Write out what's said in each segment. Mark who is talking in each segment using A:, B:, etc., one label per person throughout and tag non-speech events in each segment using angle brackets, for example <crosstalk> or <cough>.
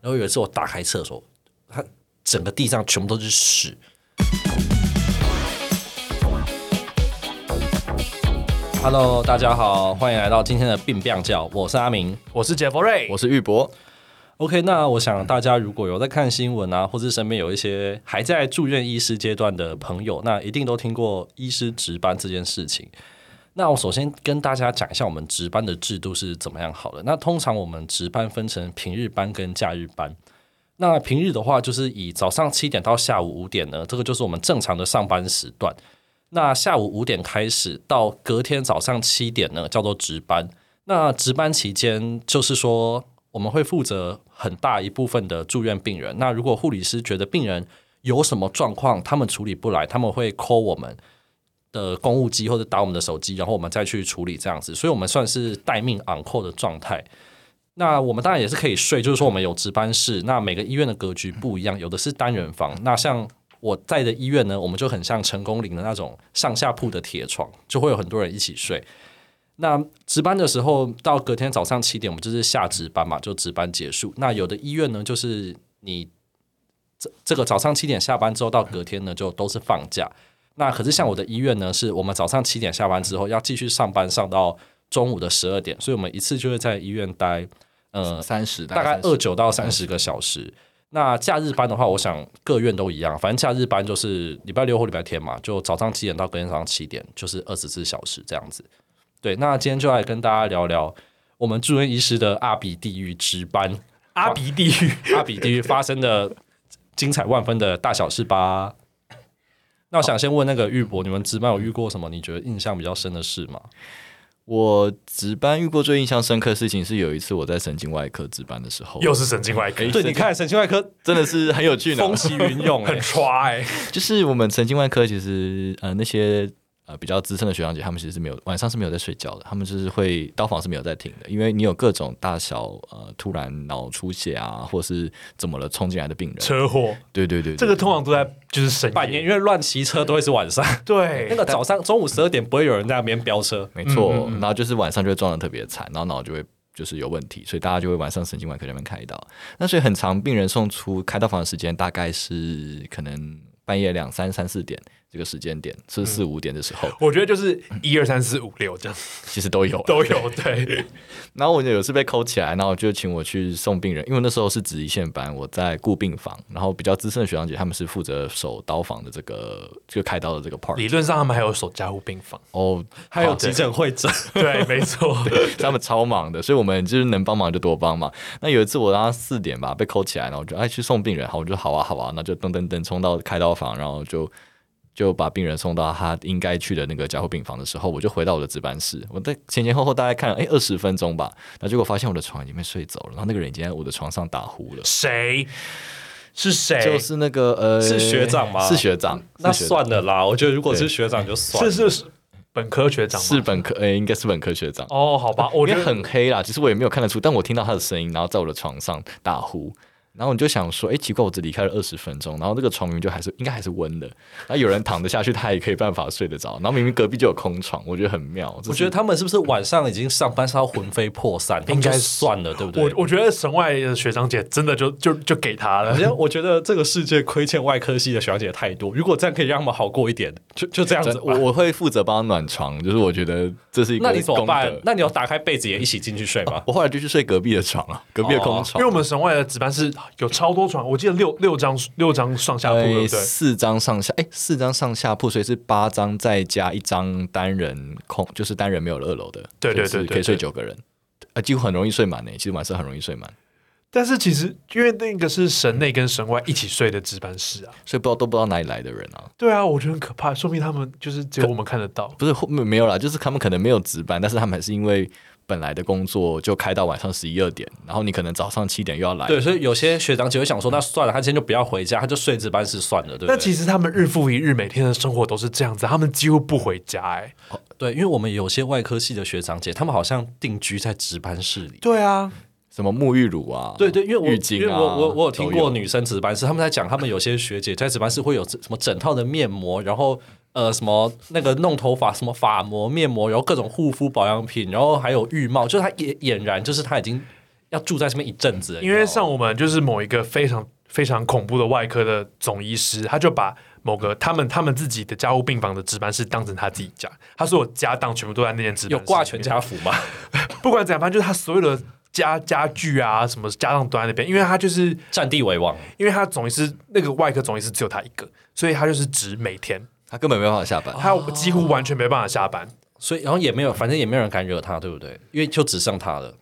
A: 然后有一次我打开厕所，它整个地上全部都是屎。Hello，大家好，欢迎来到今天的病病教，我是阿明。
B: 我是杰佛瑞，
C: 我是玉博，
A: OK，那我想大家如果有在看新闻啊，或是身边有一些还在住院医师阶段的朋友，那一定都听过医师值班这件事情。那我首先跟大家讲一下我们值班的制度是怎么样好了。那通常我们值班分成平日班跟假日班。那平日的话，就是以早上七点到下午五点呢，这个就是我们正常的上班时段。那下午五点开始到隔天早上七点呢，叫做值班。那值班期间，就是说我们会负责很大一部分的住院病人。那如果护理师觉得病人有什么状况，他们处理不来，他们会 call 我们的公务机或者打我们的手机，然后我们再去处理这样子。所以我们算是待命 on call 的状态。那我们当然也是可以睡，就是说我们有值班室。那每个医院的格局不一样，有的是单人房。那像我在的医院呢，我们就很像成功岭的那种上下铺的铁床，就会有很多人一起睡。那值班的时候，到隔天早上七点，我们就是下值班嘛，就值班结束。那有的医院呢，就是你这这个早上七点下班之后，到隔天呢就都是放假。那可是像我的医院呢，是我们早上七点下班之后要继续上班，上到中午的十二点，所以我们一次就会在医院待呃
C: 三十
A: 大概
C: 30
A: 二九到三十个小时。那假日班的话，我想各院都一样，反正假日班就是礼拜六或礼拜天嘛，就早上七点到隔天早上七点，就是二十四小时这样子。对，那今天就来跟大家聊聊我们住院医师的阿比地狱值班，
B: 阿鼻地狱。
A: 阿比地狱发生的精彩万分的大小事吧。那我想先问那个玉博，你们值班有遇过什么你觉得印象比较深的事吗？
C: 我值班遇过最印象深刻的事情是有一次我在神经外科值班的时候，
B: 又是神经外科，
C: 哎
A: 对，你看神经外科
C: 真的是很有趣呢
A: 风。起云涌、
B: 很
A: 欸，
B: 刷哎，
C: 就是我们神经外科其实呃那些呃比较资深的学长姐，他们其实是没有晚上是没有在睡觉的，他们就是会刀房是没有在停的，因为你有各种大小呃突然脑出血啊，或是怎么了冲进来的病人，
B: 车祸
C: 对对对，
B: 这个通常都在就是深
A: 半夜
B: 夜，
A: 因为乱骑车都会是晚上。
B: 对
A: 那，个早上中午十二点不会有人在那边飙车，
C: 没错，
A: 嗯
C: 然后就是晚上就会撞得特别惨，然后脑就会就是有问题，所以大家就会晚上神经外科那边开刀。那所以很长，病人送出开刀房的时间大概是可能半夜两三三四点这个时间点，
A: 嗯
C: 是四五点的时候，
B: 我觉得就是一二三四五六这样
C: 其实都有啊。
B: 都有， <laughs> 对，
C: 然后我就有次被扣起来，然后我就请我去送病人，因为那时候是值一线班，我在顾病房，然后比较资深的学长姐他们是负责守刀房的这个就开刀的这个 part。
B: 理论上他们还有守加护病房，
C: 哦，
A: 还有
C: 好
A: 急诊会诊，
B: <laughs> 对，没错，
C: <laughs> 他们超忙的，所以我们就是能帮忙就多帮忙。那有一次我让他四点吧被扣起来，然后我就哎去送病人，好，我就好啊好啊，那就噔噔噔冲到开刀房，然后就就把病人送到他应该去的那个加护病房的时候，我就回到我的值班室，我在前前后后大概看了哎二十分钟吧，那结果发现我的床已经被睡走了，然后那个人已经在我的床上打呼了。
B: 谁是谁？
C: 就是那个呃，
A: 哎是学长吗
C: 是学长，
A: 那
C: 是学长
A: 算了啦。我觉得如果是学长就算
B: 这
A: 了，
B: 是是本科学长吗
C: 是本科，呃、应该是本科学长。
B: 哦，好吧，我
C: 因
B: 觉
C: 为
B: 得
C: 很黑啦，其实我也没有看得出，但我听到他的声音，然后在我的床上打呼，然后你就想说，哎、奇怪，我只离开了二十分钟，然后那个床明明就还是应该还是温的，然后有人躺得下去，他也可以办法睡得着，然后明明隔壁就有空床，我觉得很妙。
A: 我觉得他们是不是晚上已经上班上到魂飞魄散，他们就
B: 应该是
A: 算了，对不对
B: 我？我觉得神外的学长姐真的就就就给他了
A: 好，像我觉得这个世界亏欠外科系的学长姐太多，如果这样可以让他们好过一点，就就这样
C: 这
A: 子
C: 是
A: 吧。
C: 我我会负责帮他暖床，就是我觉得这是一个
A: 那你怎么
C: 功德
A: 办？那你有打开被子也一起进去睡吗？
C: 我后来就去睡隔壁的床啊，隔壁的空
A: 哦
C: 床，
B: 因为我们神外的值班室有超多床，我记得六六张六张上下铺，对
C: 对，
B: 不对？
C: 哎四张上下，哎，四张上下铺，所以是八张，再加一张单人空，就是单人没有二楼的，
B: 对对
C: 所以
B: 对
C: 是
B: 对
C: 可以睡
B: 对
C: 九个人，啊，几乎很容易睡满呢。其实晚上很容易睡满，
B: 但是其实因为那个是神内跟神外一起睡的值班室啊，
C: 所以不知道都不知道哪里来的人啊，
B: 对啊，我觉得很可怕，说明他们就是只有我们看得到。
C: 不是后没没有啦，就是他们可能没有值班，但是他们还是因为本来的工作就开到晚上十一二点，然后你可能早上七点又要来，
A: 对，所以有些学长姐会想说，那算了，他今天就不要回家，他就睡值班室算了，对不
B: 那
A: 对？
B: 其实他们日复一日，每天的生活都是这样子，他们几乎不回家、哎，
A: 对，因为我们有些外科系的学长姐，他们好像定居在值班室里。
B: 对啊，
C: 什么沐浴乳啊，
A: 对对，因为我
C: 浴巾啊
A: 因为我我我有听
C: 都
A: 过女生值班室，他们在讲，他们有些学姐在值班室会有这什么整套的面膜，然后呃什么那个弄头发，什么发膜、面膜，然后各种护肤保养品，然后还有浴帽，就是她俨俨然就是她已经要住在这边一阵子，
B: 因为像我们就是某一个非常非常恐怖的外科的总医师，他就把某个他们他们自己的家务病房的值班室当成他自己家，他所有家当全部都在那间值班
A: 有
B: 室里面
A: 挂全，家福
C: <laughs>
A: 嘛，
B: 不管怎样，反正就是他所有的家家具啊什么家当都在那边，因为他就是
A: 占地为王。
B: 因为他总医师那个外科总医师只有他一个，所以他就是值每天，
C: 他根本没办法下班。
B: 他
A: 哦
B: 几乎完全没办法下班。
A: 所以，然后也没有，反正也没有人敢惹他，对不对？因为就只剩他了，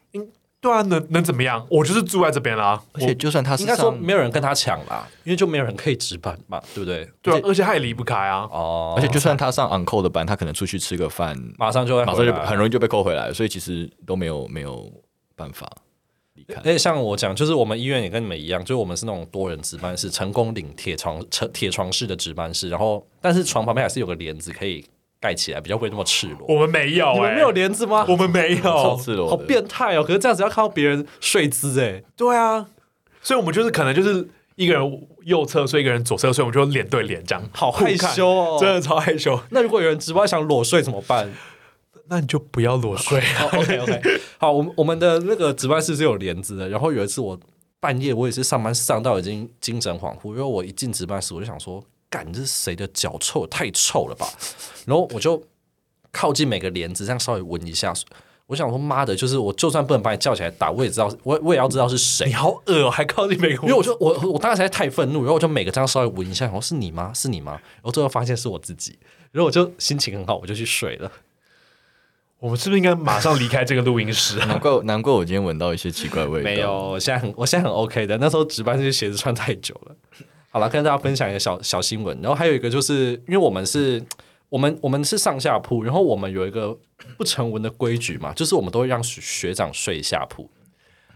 B: 对啊，能能怎么样？我就是住在这边啦。
C: 而且就算他是
A: 应该说
C: 上，
A: 没有人跟他抢啦，因为就没有人可以值班嘛，对不对？
B: 对、啊，而且他也离不开啊。
A: 哦，
C: 而且就算他上 on call 的班，他可能出去吃个饭，
A: 马上 <laughs> 就会
C: 马上就
A: 回来
C: 很容易就被扣回来，所以其实都没有没有办法离开
A: 而。且像我讲，就是我们医院也跟你们一样，就是我们是那种多人值班室，成功领铁床铁铁床式的值班室，然后但是床旁边还是有个帘子可以盖起来，比较不会那么赤裸。
B: 我们没有、欸，
A: 你们没有帘子吗？
B: 我们没
C: 超
B: 有，
C: 赤裸的
A: 好变态哦！可是这样子要看到别人睡姿哎，
B: 对啊，所以我们就是可能就是一个人右侧睡，一个人左侧睡，我们就脸对脸这样，
A: 好害羞
B: 互
A: 哦
B: 看，真的超害羞。
A: 那如果有人值班想裸睡怎么办？
B: 那你就不要裸睡，
A: 好
B: 啊
A: ，OK OK，好，我们我们的那个值班室是有帘子的。然后有一次我半夜我也是上班上到已经精神恍惚，因为我一进值班室我就想说，干这是谁的脚臭太臭了吧？然后我就靠近每个帘子这样稍微闻一下，我想说妈的，就是我就算不能把你叫起来打，我也知道我我也要知道是谁
B: 你。好恶、哦，还靠近美
A: 因
B: 国
A: 为。我就我我当时实在太愤怒，然后我就每个章稍微闻一下，然后是你吗？是你吗？然后最后发现是我自己，然后我就心情很好，我就去睡了。
B: 我们是不是应该马上离开这个录音室啊？ <laughs>
C: 难怪难怪我今天闻到一些奇怪味
A: 嗯
C: 道。
A: 没有，，我现在很我现在很 OK 的。那时候值班这些鞋子穿太久了。 <laughs> 好了，跟大家分享一个小小新闻。然后还有一个就是，因为我们是，我们我们是上下铺，然后我们有一个不成文的规矩嘛，就是我们都会让学学长睡下铺。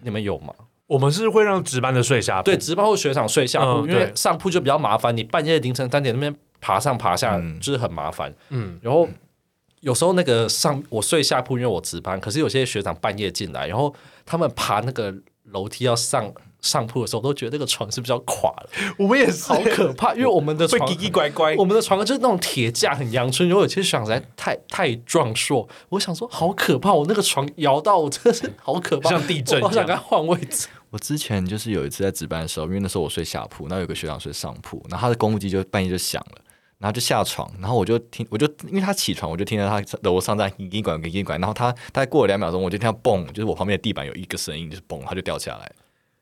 A: 你们有吗？
B: 我们是会让值班的睡下，
A: 对，，值班后学长睡下铺，因
B: 嗯
A: 为
B: 对
A: 上铺就比较麻烦，你半夜凌晨三点那边爬上爬下、
C: 嗯
A: 就是很麻烦。
B: 嗯，
A: 然后有时候那个上我睡下铺，因为我值班，可是有些学长半夜进来，然后他们爬那个楼梯要上上铺的时候，都觉得那个床是比较垮了，
B: 我们也是
A: 好可怕，因为我们的
B: 会
A: 床
B: 奇。奇怪怪。
A: 我们的床就是那种铁架，很阳春。然后有些学长实在太太壮硕，我想说好可怕，我那个床摇到我真的是好可怕，
B: 像地震
A: 我
B: 一样
A: 好想跟他换位置。 <laughs>
C: 我之前就是有一次在值班的时候，因为那时候我睡下铺，那有个学长睡上铺，然后他的公务机就半夜就响了，然后就下床，然后我就听，我就因为他起床，我就听到他楼上在叽叽管叽叽管，然后他大概过了两秒钟，我就听到嘣，就是我旁边的地板有一个声音，就是嘣，他就掉下来，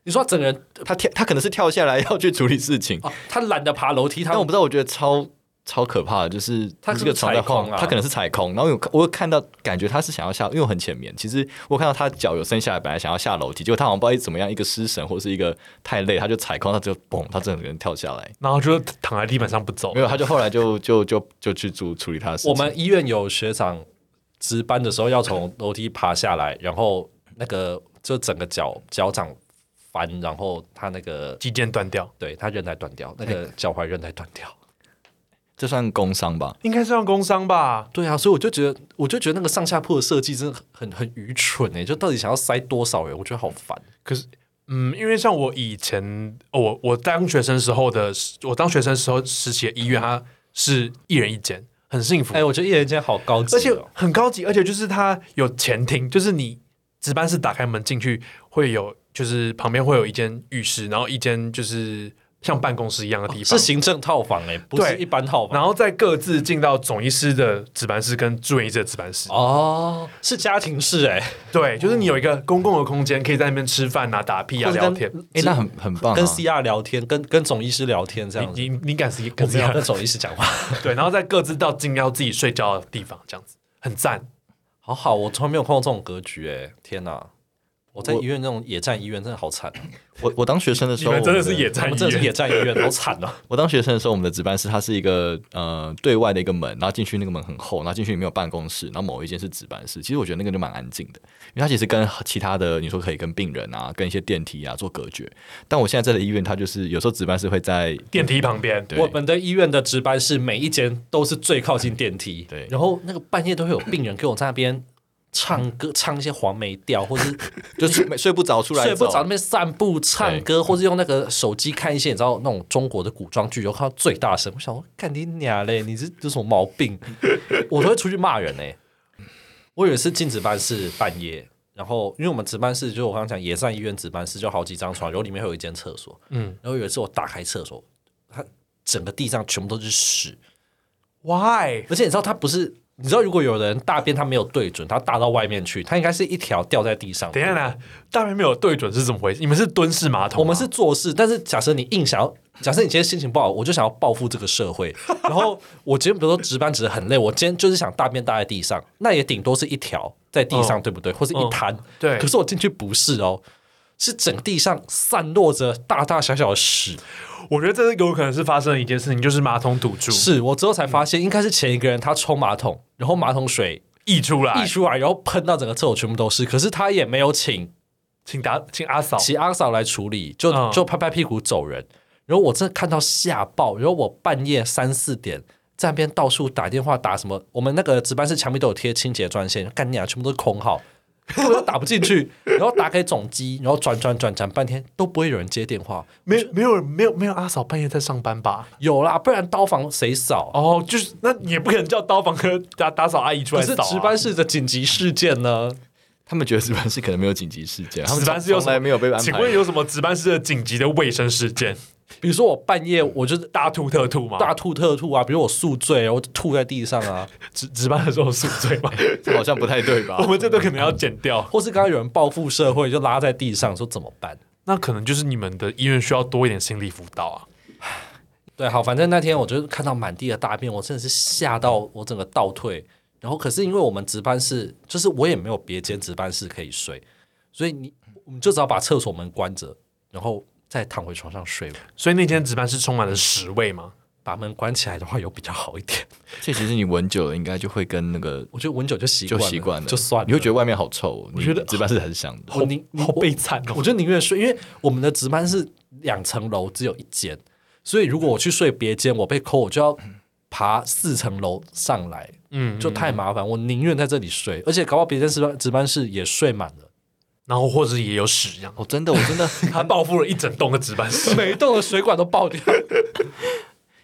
A: 你说他整个人
C: 他跳，他可能是跳下来要去处理事情，
A: 啊，他懒得爬楼梯，他
C: 但我不知道，我觉得超。超可怕的，就是
A: 他
C: 这
A: 是不
C: 个
A: 是
C: 床在
A: 踩空
C: 晃，
A: 啊
C: 他可能是踩空，然后有我有看到，感觉他是想要下，因为我很浅眠，其实我看到他脚有伸下来，本来想要下楼梯，结果他好像不知道怎么样，一个失神或是一个太累，他就踩空，他就嘣，他整个人跳下来，
B: 然后就躺在地板上不走
C: 没，有，他就后来就就就就去处处理他的事情。
A: 我们医院有学长值班的时候要从楼梯爬下来，然后那个就整个脚脚掌翻，然后他那个
B: 肌腱断掉，
A: 对他韧带断掉，那个脚踝韧带断掉。
C: 这算工伤吧？
B: 应该是让工伤吧？
A: 对啊，所以我就觉得，我就觉得那个上下铺的设计真的很很愚蠢哎、就到底想要塞多少人，我觉得好烦。
B: 可是，嗯，因为像我以前，哦我我当学生时候的，我当学生时候时期的医院，它是一人一间，很幸福，
A: 哎、我觉得一人间好高级、哦
B: 而且很高级，而且就是它有前厅，就是你值班室打开门进去会有，就是旁边会有一间浴室，然后一间就是像办公室一样的地方，
A: 哦是行政套房哎、不是
B: 对
A: 一般套房。
B: 然后再各自进到总医师的值班室跟住院医师的值班室。
A: 哦，是家庭式哎、
B: 对，就是你有一个公共的空间，可以在那边吃饭啊、打屁啊、
A: 哦或者
B: 聊
A: 跟
B: 天。
C: 哎、那很很棒、啊，
A: 跟 CR 聊天，跟跟总医师聊天这样子。
B: 你你你敢是
A: 嗯我
B: 敢是
A: 没有跟总医师
B: <laughs>
A: 讲话。
B: 对，然后再各自到进到自己睡觉的地方，这样子很赞。
A: 好好，我从来没有碰到这种格局哎、天哪！我在
C: 我
A: 医院那种野战医院真的好惨啊，
C: 我我当学生的时
B: 你
C: 候，
B: 们真的
C: 我
B: 是野
A: 我
B: 战
A: 们
B: 医
A: 真的是野
B: 院，
A: 战医院，好惨
B: <laughs>
A: 哦、
C: 我当学生的时候，我们的值班室它是一个呃对外的一个门，然后进去那个门很厚，然后进去里面有办公室，然后某一间是值班室。其实我觉得那个就蛮安静的，因为它其实跟其他的你说可以跟病人啊、跟一些电梯啊做隔绝。但我现在在的医院，它就是有时候值班室会在
B: 电梯旁边。
C: 对
A: 我们的医院的值班室每一间都是最靠近电梯，
C: 对
A: 然后那个半夜都会有病人给我在那边唱歌，唱一些黄梅调，或是
C: 就是睡不着出来
A: 睡不
C: 走
A: 着那边散步、唱歌，或是用那个手机看一些你知道那种中国的古装剧，然后看到最大声，我想说干你娘嘞，你这有什么
B: <laughs>
A: 欸毛病？我都会出去骂人哎、我有一次进值班室半夜，然后因为我们值班室就我刚刚讲野战医院值班室就好几张床，然后里面会有一间厕所，
B: 嗯
A: 然后有一次我打开厕所，它整个地上全部都是屎，
B: ，Why？
A: 而且你知道它不是，你知道如果有人大便他没有对准，他大到外面去，他应该是一条掉在地上的
B: 等一。下呢，大便没有对准是怎么回事？你们是蹲式马桶吗？
A: 我们是做事，但是假设你硬想要，假设你今天心情不好，我就想要报复这个社
B: <laughs>
A: 会。然后我今天比如说值班值得很累，我今天就是想大便大在地上，那也顶多是一条在地上，
B: 嗯
A: 对不对？或是一滩、
B: 对
A: 可是我进去不是哦，是整地上散落着大大小小的屎。
B: 我觉得这是有可能是发生的一件事情，就是嗯马桶堵住
A: 是我之后才发现，应该是前一个人他冲马桶，然后马桶水
B: 溢出来
A: 溢，出来，然后喷到整个厕所全部都是。可是他也没有请
B: 请打请阿嫂，
A: 请阿嫂来处理，就、
B: 嗯
A: 就拍拍屁股走人。然后我真的看到吓爆，然后我半夜三四点在那边到处打电话打什么，我们那个值班室墙壁都有贴清洁专线，干你啊，全部都是空号，根本都打不进去。然后打给总机，然后转转转转半天都不会有人接电话。
B: 没有没有没有没有阿嫂半夜在上班吧？
A: 有啦，不然刀房谁扫？啊
B: 哦，就是那也不可能叫刀房和打打扫阿姨出
A: 可
B: 来
A: 是
B: 扫、啊。
A: 值班室的紧急事件呢？
C: 他们觉得值班室可能没有紧急事件，他们
B: 值班室有什
C: 从来
B: 么
C: 没有被安
B: <laughs>
C: 排。
B: 请问有什么值班室的紧急的卫生事件？
A: 比如说我半夜我就是
B: 大吐特吐吗？
A: 大吐特吐啊，比如我宿醉，我吐在地上啊，
B: 值 <laughs> 值班的时候宿醉
C: <laughs>
B: 吗？
C: 这好像不太对
B: <laughs>
C: 吧？
B: 我们这都可能要剪掉。
A: 或是刚刚有人报复社会就拉在地上，说怎么办？
B: 那可能就是你们的医院需要多一点心理辅导啊。
A: 对，好，反正那天我就看到满地的大便，我真的是吓到我整个倒退。然后可是因为我们值班室，就是我也没有别间值班室可以睡，所以你我们就只好把厕所门关着，然后再躺回床上睡吧。
B: 所以那天值班室充满了屎味吗？
A: 把门关起来的话，有比较好一点。
C: 这其实你闻久了，应该就会跟那个
A: 我觉得闻久就习
C: 就
A: 惯了，
C: 习惯了，
A: 就算了。哦
C: 你会觉得外面好臭，我
B: 觉得
C: 值班室还是香
A: <laughs>
C: 的。
A: 我宁
B: 好悲惨
A: 我
B: 哦！
A: 就宁愿睡，因为我们的值班是两层楼，只有一间，所以如果我去睡别间，我被扣，我就要爬四层楼上来，
B: 嗯，
A: 就太麻烦。我宁愿在这里睡，而且搞不好别间值班值班室也睡满了，
B: 然后或者也有屎一样，
C: 哦，真的，我真的
B: 他报复了一整栋的值班室。
A: 每一栋的水管都爆掉。
C: <laughs>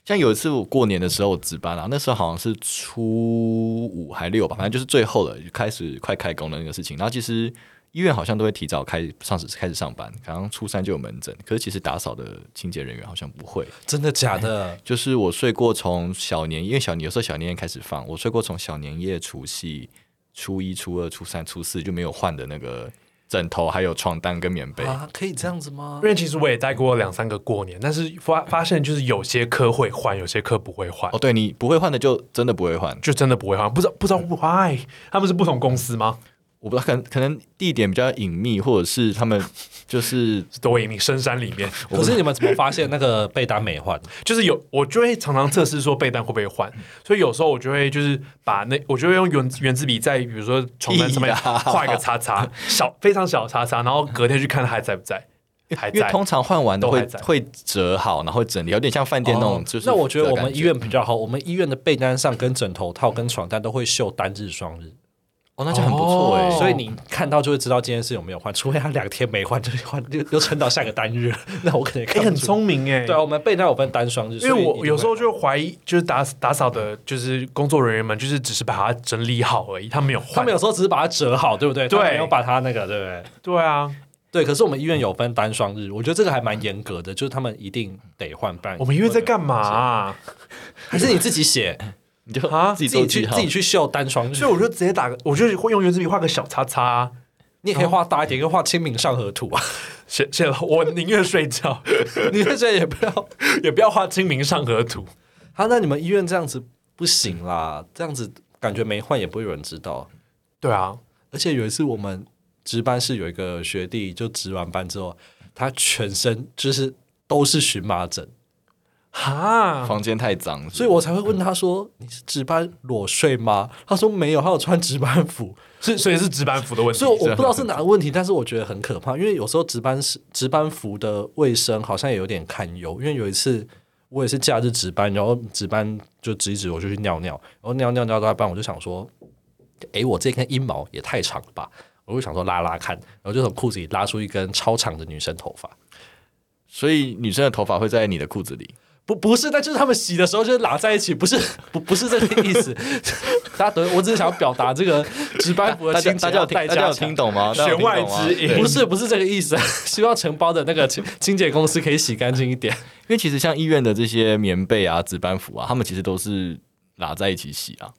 C: 像有一次我过年的时候我值班啊，那时候好像是初五还六吧，反正就是最后了，就开始快开工的那个事情。然后其实医院好像都会提早开上开始上班，好像初三就有门诊，可是其实打扫的清洁人员好像不会。
A: 真的假的？
C: 就是我睡过从小年，因为小年有时候小年夜开始放，我睡过从小年夜、除夕、初一、初二、初三、初四就没有换的那个枕头，还有床单跟棉被。
A: 啊，可以这样子吗
B: 因？为其实我也待过两三个过年，但是发发现就是有些科会换，有些科不会换
C: 哦，，对你不会换的就真的不会换，
B: 就真的不会换。不知道不知道 why，他们是不同公司吗？
C: 我不知道，可能可能地点比较隐秘，或者是他们就是
B: 是都会你深山里面，
A: 可是你们怎么发现那个被单没换？
B: 就是有我就会常常测试说被单会不会换，所以有时候我就会就是把那我就会用圆圆珠笔在比如说床单上面画一个叉叉，小非常小的叉叉，然后隔天去看它还在不在，还
C: 因为
B: 在。
C: 通常换完的
B: 都
C: 会
B: 还在
C: 会折好，然后整理，有点像饭店那种，
A: 哦
C: 就是
A: 那我觉得
C: 的
A: 我
C: 感
A: 们医院比较好，我们医院的被单上跟枕头套跟床单都会绣单日双日。
C: 哦，那就很不错哎、
B: 哦
A: 所以你看到就会知道今天是有没有换， <laughs> 除非他两天没换，就换又又撑到下个单日， <laughs> 那我可能也
B: 哎、
A: 看
B: 很
A: 不出。
B: 聪明哎、
A: 对啊，我们被单有分单双日，所
B: 因为
A: 以一定
B: 我
A: 会
B: 有时候就怀疑，就是打打扫的，就是工作人员们，就是只是把它整理好而已，他没有换。
A: 他们有时候只是把它折好，对不对？
B: 对
A: 他没有把它那个，对不对？
B: 对啊，
A: 对，可是我们医院有分单双日，我觉得这个还蛮严格的，就是他们一定得换班。
B: 我们医院在干嘛啊、
A: 还是你自己写，
C: 你就
B: 啊
C: 自己
A: 自
C: 做
A: 己
C: 记
A: 去
C: 号
A: 自己去绣单双日
B: 所，以我就直接打个，我就会用圆珠笔画个小叉叉啊。
A: 你也可以画大一点，跟画《清明上河图》啊，
B: 谢谢了，我宁愿睡觉，
A: <laughs>
B: <laughs>
A: 你这些也不要。
B: 也不要画清明上河图。
A: <laughs> 啊，那你们医院这样子不行啦，这样子感觉没换也不会有人知道。
B: 对啊，
A: 而且有一次我们值班室有一个学弟，就值完班之后，他全身就是都是荨麻疹，
B: 哈，
C: 房间太脏，
A: 所以我才会问他说：“你是值班裸睡吗？”他说：“没有，他有穿值班服。
B: 是所以是值班服的问”题
A: 所以。我不知道是哪个问题，但是我觉得很可怕，因为有时候值班室值班服的卫生好像也有点堪忧。因为有一次我也是假日值班，然后值班就值一值，我就去尿尿，然后尿尿尿到一半，我就想说：“诶，我这根阴毛也太长了吧！”我就想说拉拉看，然后就从裤子里拉出一根超长的女生头发。
C: 所以女生的头发会在你的裤子里，
A: 不不是，但就是他们洗的时候就是拉在一起，不是不不是这个意思。 <laughs> 大家懂，我只是想要表达这个值班服
C: 大
A: 的
C: 家
A: 清洁
C: 大家有
A: 要
C: 听
A: 代
C: 大家
A: 价啊
C: 有
A: 强
C: 听。懂吗？大家有听懂吗
B: 弦外之音
C: 对
A: 不是不是这个意思、啊， <laughs> 希望承包的那个清清洁公司可以洗干净一点。
C: 因为其实像医院的这些棉被啊、值班服啊，他们其实都是拉在一起洗啊，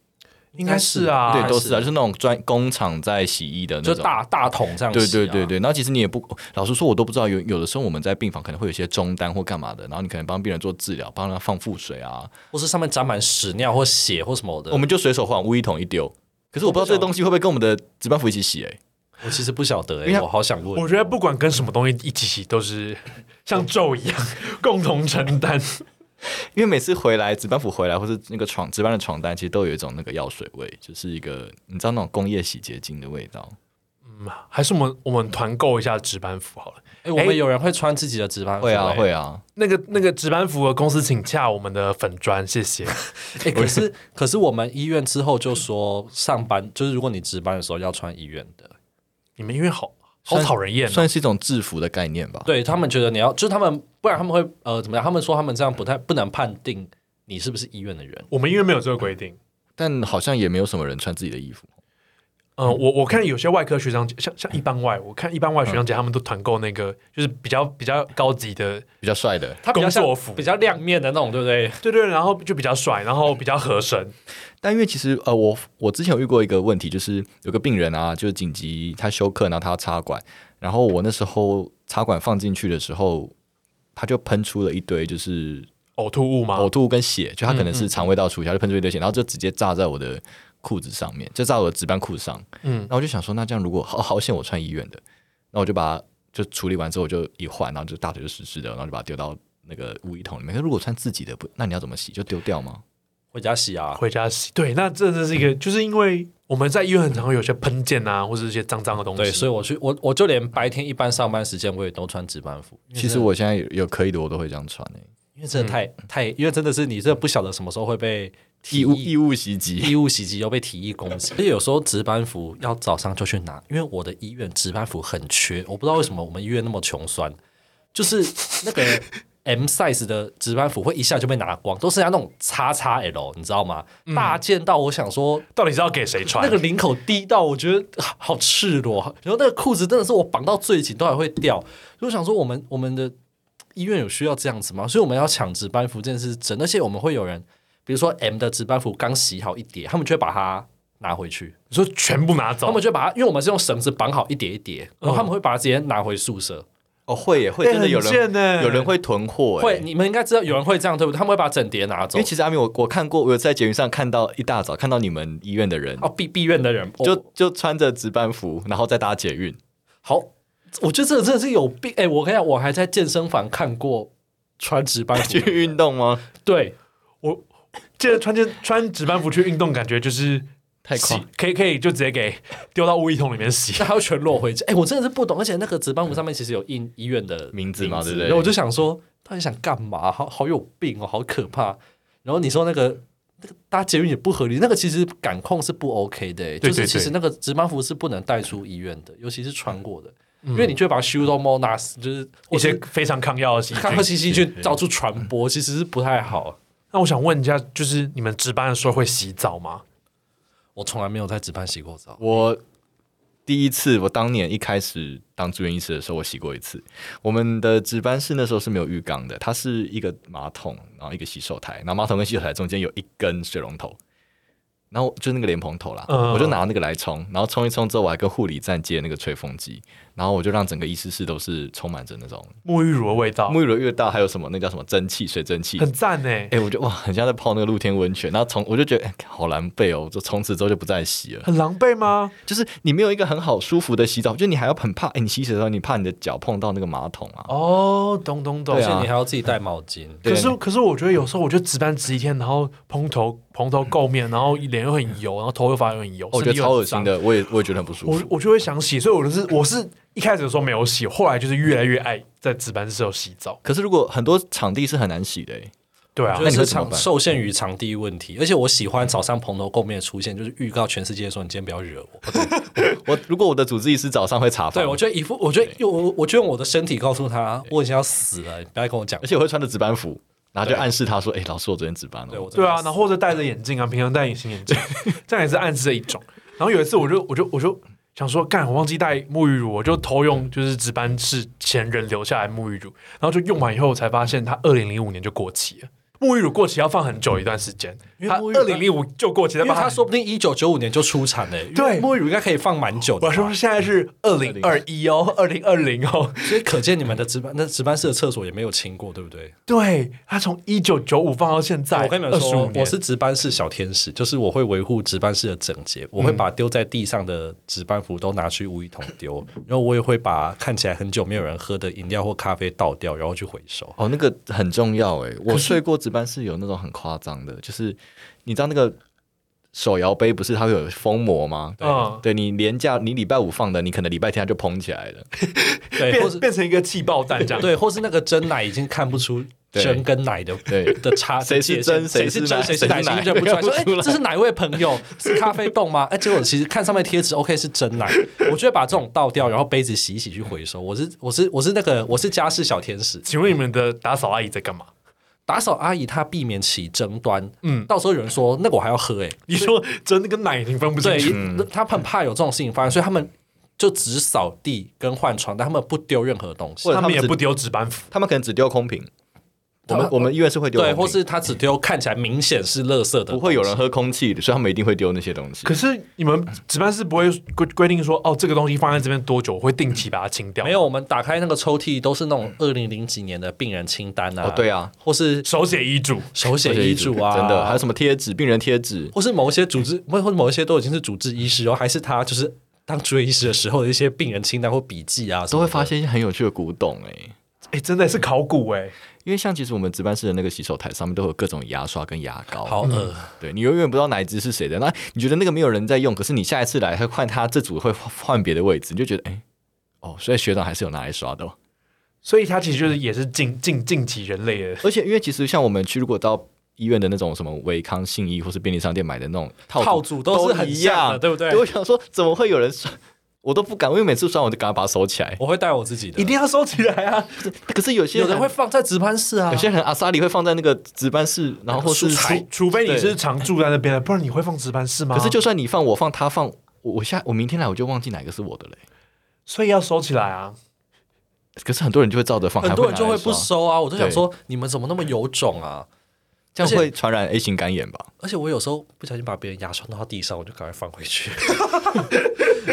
B: 应该是啊，
C: 对，都
A: 是
C: 是啊，就是那种专工厂在洗衣的那
A: 就
C: 种。
A: 大大桶这样洗、
C: 对
A: 啊。
C: 对对对，然后其实你也不，老实说，我都不知道有有的时候我们在病房可能会有一些中单或干嘛的，然后你可能帮病人做治疗，帮他放腹水啊，
A: 或是上面沾满屎尿或血或什么的。
B: 呃
C: 我们就随手往污衣桶一丢。可是我不知道这东西会不会跟我们的值班服一起洗、欸，
A: 我其实不晓得、
C: 因
A: 欸，
C: 为
A: 我好想问。
B: 我觉得不管跟什么东西一起洗，都是 <laughs> 像咒一样共同承担。
C: 因为每次回来值班服回来，或是那个床值班的床单，其实都有一种那个药水味，就是一个你知道那种工业洗洁精的味道。
B: 嗯还是我们我们团购一下值班服好了。
A: 哎、我们有人会穿自己的值班
B: 嗯
A: 服、
C: 会啊
A: 欸
C: 会啊，
B: 那个那个值班服的公司，请洽我们的粉砖，谢 <laughs> 谢。
A: 哎、可是 <laughs> 可是我们医院之后就说上班就是如果你值班的时候要穿医院的，
B: 你们因为好好讨人厌、哦，
C: 算是一种制服的概念吧。
A: 对他们觉得你要就是他们不然他们会呃怎么样？他们说他们这样不太不能判定你是不是医院的人。
B: 我们因为没有这个规定。
C: 但好像也没有什么人穿自己的衣服。
B: 嗯，我我看有些外科学长姐，像像一般外，我看一般外学长姐他们都团购那个，就是比较比较高级的，
C: 比较帅的，
A: 他比较像
B: 工作服
A: 比较亮面的那种，对不对？
B: 对对，然后就比较帅，然后比较合身，
C: 但因为其实呃，我我之前有遇过一个问题，就是有个病人啊，就是紧急他休克，然后他要插管，然后我那时候插管放进去的时候，他就喷出了一堆就是
B: 呕吐物吗？
C: 呕吐跟血，就他可能是肠胃道出血，他就喷出一堆血，然后就直接炸在我的裤子上面，就炸我的值班裤子上。
B: 嗯
C: 嗯，那我就想说，那这样如果好好险我穿医院的，那我就把它就处理完之后，我就一换，然后就大腿就湿湿的，然后就把它丢到那个污衣桶里面。那如果穿自己的不，那你要怎么洗？就丢掉吗？
A: 回家洗啊，
B: 回家洗。对，那这这是一个，就是因为我们在医院很常会有些喷溅啊，或者一些脏脏的东西。
A: 对，所以我去我我就连白天一般上班时间我也都穿值班服，
C: 其实我现在有有可以的，我都会这样穿欸诶、
A: 因为真的太、
B: 嗯
A: 太，因为真的是你真的不晓得什么时候会被
C: 异
A: 体
C: 物异物袭击，
A: 义务袭击又被提议攻
B: <laughs>
A: 击，而且有时候值班服要早上就去拿，因为我的医院值班服很缺，我不知道为什么我们医院那么穷酸，就是那个
B: <laughs>
A: M size 的值班服会一下就被拿光，都剩下那种叉叉 L，你知道吗？
B: 嗯
A: 大件到我想说。
B: 到底是要给谁穿？
A: 那个领口低到我觉得啊好赤裸，然后那个裤子真的是我绑到最紧都还会掉，所以我想说我们我们的医院有需要这样子吗？所以我们要抢值班服这件事是真的，而且我们会有人，比如说 M 的值班服刚洗好一叠，他们就会把它拿回去，
B: 你说全部拿
A: 他
B: 走
A: 们，就会把它，因为我们是用绳子绑好一叠一叠，然后他们会把它直接拿回宿舍。
C: 哦，会耶，会
B: 欸
C: 真的有
B: 很贱
C: 人、
B: 欸
C: 有人会囤货耶，
A: 会，你们应该知道有人会这样对不对？他们会把整叠拿走
C: 因为。其实阿明，我我看过，我有在节目上看到一大早看到你们医院的人，
A: 哦，毕毕院的人
C: 就
A: 哦
C: 就穿着值班服，然后再搭
A: <laughs>
C: 捷运，
A: 好，我觉得这个真的是有病。哎、我跟你讲，我还在健身房看过穿值班服
C: 去，运动吗？
A: 对，
B: 我记得穿件穿值班服去运动，感觉就是
C: 太
B: 洗
C: 狂，
B: 可以可以就直接给丢到污衣桶里面洗 <laughs>
A: 那。还要全裸回家？哎、我真的是不懂，而且那个值班服上面其实有印医院的
C: 名字嘛对不对
A: 然后我就想说，到底想干嘛？好好有病哦，好可怕。然后你说那个那个搭捷运也不合理，那个其实感控是不 OK 的、欸
B: 对
A: 就是
B: 对
A: 其实
B: 对
A: 那个值班服是不能带出医院的，尤其是穿过的，因为你就会把 pseudomonas 就是
B: 嗯一
A: 或
B: 些
A: 是
B: 非常抗药的 <laughs> 细
A: 康克
B: 菌。
A: 西细菌到处传播，其实是不太好。
B: 那我想问一下，就是你们值班的时候会洗澡吗？
A: 我从来没有在值班洗过澡，
C: 我第一次，我当年一开始当住院医师的时候，我洗过一次。我们的值班室那时候是没有浴缸的，它是一个马桶，然后一个洗手台，然后马桶跟洗手台中间有一根水龙头，然后就是那个莲蓬头啦，
B: 嗯
C: 我就拿那个来冲，然后冲一冲之后，我还跟护理站借那个吹风机，然后我就让整个医师室都是充满着那种
B: 沐浴乳的味道
C: 沐浴露越大，还有什么那叫什么蒸汽
B: <laughs>
C: 水蒸气。
B: 很赞呢、欸
C: 哎、我就哇，很像在泡那个露天温泉，然后从我就觉得、哎好狼狈哦，就从此之后就不再洗了。
B: 很狼狈吗？
C: 就是你没有一个很好舒服的洗澡，就是你还要很怕，哎、你洗洗的时候你怕你的脚碰到那个马桶啊。
B: 哦，懂懂懂
A: 而
C: 对。
A: 且
C: 啊
A: 你还要自己带毛巾。
C: 对
B: 可是，可是我觉得有时候，我就值班值一天，然后蓬头蓬头垢面，然后脸又很油，然后头又发又很油，
C: 嗯哦我觉
B: 身体
C: 得
B: 又
C: 超
B: 很
C: 恶心
B: 脏。
C: 的，我也我也觉得很不舒
B: 我
C: 服。
B: 我就会想洗，所以我就是我是一开始的时候没有洗，后来就是越来越爱在值班室有洗澡。
C: 可是如果很多场地是很难洗的、哎
B: 对啊
A: 就
C: 那你
A: 是
C: 会怎么
A: 场
C: 办
A: 受限于场地问题，而且我喜欢早上蓬头垢面的出现，就是预告全世界说你今天不要惹我。
C: 我如果我的主治医师早上会查房，
A: 对，我觉得一副，我觉得我我就用我的身体告诉他，我已经要死了，你不要跟我讲
C: 而。且我会穿着值班服，然后就暗示他说：“哎、老师，我昨天值班
A: 对
C: 了
A: 我。真
B: 对
A: 的
B: 啊，
A: 是
B: 然后或者戴着眼镜啊，平常戴隐形眼
A: <laughs>
B: 镜，这样也是暗示的一种。然后有一次我，就我就我就想说，干，我忘记带沐浴乳，我就偷用就是值班室前人留下来沐浴乳，然后就用完以后，我才发现它二零零五年就过期了。沐浴乳过期要放很久一段时间，
A: 因为
B: 它
A: 沐浴乳
B: 二零零五就过期，再
A: 因为
B: 把它
A: 他说不定一九九五年就出产嘞，
B: 对
A: 因为沐浴乳应该可以放蛮久的吧。
B: 我说现在是二零二一哦，二零二零哦，
A: 所以可见你们的值班那值班室的厕所也没有清过，对不对？
B: 对，它从一九九五放到现在，
A: 我跟你们
B: 二十五
A: 说，
B: 年，
A: 我是值班室小天使，就是我会维护值班室的整洁，我会把丢在地上的值班服都拿去无一桶丢，然后我也会把看起来很久没有人喝的饮料或咖啡倒掉，然后去回收”。
C: 哦，那个很重要哎！我睡过值班室有那种很夸张的，就是你知道那个手摇杯不是它会有封膜吗？
B: 嗯
C: 对你廉价，你礼拜五放的，你可能礼拜天它就蓬起来了。
A: 对，或
B: 变
A: 是
B: 变成一个气爆弹这样，
A: 对，或是那个真奶已经看不出
C: 对
A: 真跟奶的
C: 对
A: 的差，
C: 谁是
A: 界
C: 真
A: 限
C: 谁
A: 谁
C: 是
A: 真
C: 奶
A: 谁
C: 谁是
A: 是奶，已
C: 奶
A: 经认不出来。说
C: 认
A: 哎
C: 不出，来
A: 这是哪位朋友？是咖啡冻吗？哎，结果其实看上面贴纸，OK 是真奶。我就会把这种倒掉，然后杯子洗一洗去回收。我是我是我是那个我是家事小天使。
B: 请问你们的打扫阿姨在干嘛？
A: 打扫阿姨她避免起争端，
B: 嗯
A: 嗯，到时候有人说那个我还要喝哎、
B: <laughs> 你说真的跟奶已经分不清
A: 对
B: 楚，，
A: 她很怕有这种事情发生，所以他们就只扫地跟换床，但他们不丢任何东西
C: 或。者
B: 他
C: 他
B: 们
C: 们
B: 也
C: 只
B: 不丢值班服。
C: 他们可能只丢空瓶，我
A: 他
C: 们我们医院是会丢空
A: 对，
C: 瓶，
A: 或是他只丢看起来明显是垃圾的东西，
C: 不会有人喝空气的，所以他们一定会丢那些东西
B: 可。是你们值班室不会规规定说，哦，这个东西放在这边多久，我会定期把它清掉？
A: 没，有，我们打开那个抽屉都是那种二零零几年的病人清单啊，
C: 哦对啊，
A: 或是
B: 手写医嘱。
A: 手写
C: 对
A: 医嘱啊，
C: 真的，还有什么贴纸、病人贴纸，
A: 或是某一些主治，或或某一些都已经是主治医师哦，还是他就是当主任医师的时候的一些病人清单或笔记啊，
C: 都会发。现一些很有趣的古董哎、
B: 哎、真的是考古哎、
C: 因为像其实我们值班室的那个洗手台上面都有各种牙刷跟牙膏，
A: 好呃恶，
C: 对你永远不知道哪一只是谁的。那你觉得那个没有人在用，可是你下一次来会换它，这组会换别的位置，你就觉得哎、哦，所以学长还是有拿来刷的哦、
B: 所以它其实就是也是近近近期人类的
C: 而且因为其实像我们去如果到医院的那种什么维康、信义或是便利商店买的那种套
A: 套
C: 组
A: 组都是很
C: 一
A: 像
C: 样
A: 的，对不对？
C: 我想说怎么会有人刷？我都不敢，因为每次刷我就赶快把它收起来。
A: 我会带我自己的，
B: 一定要收起来啊！
C: 可是有些
A: 哦有人会放在值班室啊
C: 有。些人阿萨里会放在那个值班室，然后或是
A: 蔬菜
B: 除除非你
C: 对
B: 是常住在那边的，不然你会放值班室
A: 啊
B: 吗？
C: 可是就算你放我放他放，我我下我明天来我就忘记哪个是我的嘞。
B: 所以要收起来啊！
C: 可是很多人就会照着放，
A: 很多人就
C: 还
A: 会
C: 会
A: 不
C: 拿来刷，
A: 收啊，我就想说你们怎么那么有种啊！
C: 这样会传染 A 型肝炎吧？
A: 而且我有时候不小心把别人牙刷弄到地上，我就赶快放回去。 <laughs>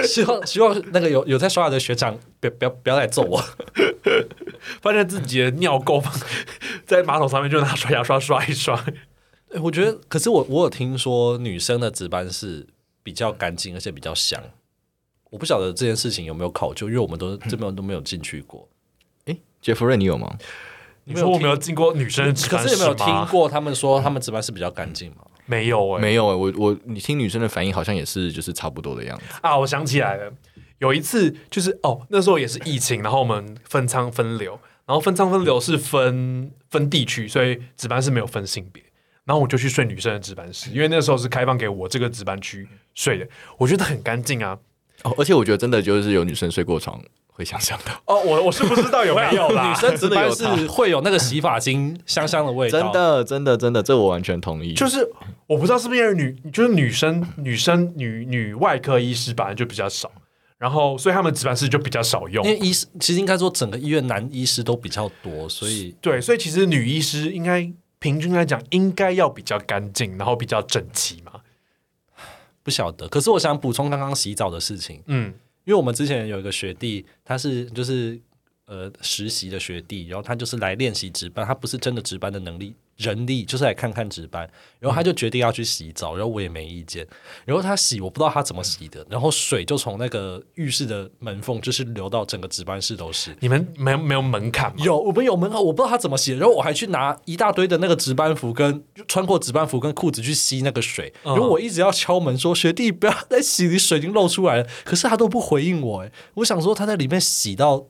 A: 希望希望那个有有在刷牙的学长，不要不要不要来揍我。
B: 发现自己的尿垢放 <laughs> 在马桶上面，就拿刷牙刷刷一刷。
A: 欸我觉得，可是我我有听说女生的值班是比较干净，而且比较香。我不晓得这件事情有没有考究，因为我们都这边都没有进去过。
C: 诶，杰弗瑞，你有吗？
B: 你说我没有经过女生的值
A: 可
B: 班
A: 是有
B: 室
A: 没有听
B: 吗？
A: 过他们说他们值班是比较干净吗？
B: 没有哎、
C: 没有诶，我我你听女生的反应好像也是就是差不多的样子。
B: 啊，我想起来了，有一次就是哦，那时候也是疫情，然后我们分仓分流，然后分仓分流是分分地区，所以值班是没有分性别。然后我就去睡女生的值班室，因为那时候是开放给我这个值班区睡的，我觉得很干净啊。
C: 哦，而且我觉得真的就是有女生睡过床会想象
B: <laughs>
C: 到，
B: 哦，我我是不知道有 <laughs> 没有
A: <laughs>
B: 啦
A: 女，生 <laughs> 值班
C: 真的有
A: 是会有那个洗发精香香的味道，
C: 真的真的真的，这我完全同意。
B: 就是我不知道是不是因为女，就是女生女生女女外科医师本来就比较少，然后所以他们值班室就比较少用
A: 因。为医师其实应该说整个医院男医师都比较多，所以
B: 对，所以其实女医师应该平均来讲应该要比较干净，然后比较整齐嘛。
A: 不晓得。可是我想补充刚刚洗澡的事情，
B: 嗯，
A: 因为我们之前有一个学弟，他是就是呃实习的学弟，然后他就是来练习值班，他不是真的值班的能力人力，就是来看看值班。然后他就决定要去洗澡，然后我也没意见。然后他洗，我不知道他怎么洗的，然后水就从那个浴室的门缝就是流到整个值班室都是。
B: 你们没有没有门槛吗？
A: 有我们有门口，我不知道他怎么洗的，然后我还去拿一大堆的那个值班服跟穿过值班服跟裤子去吸那个水，
B: 嗯
A: 然后我一直要敲门说学弟不要再洗，你水已经漏出来了，可是他都不回应我，哎，我想说他在里面洗到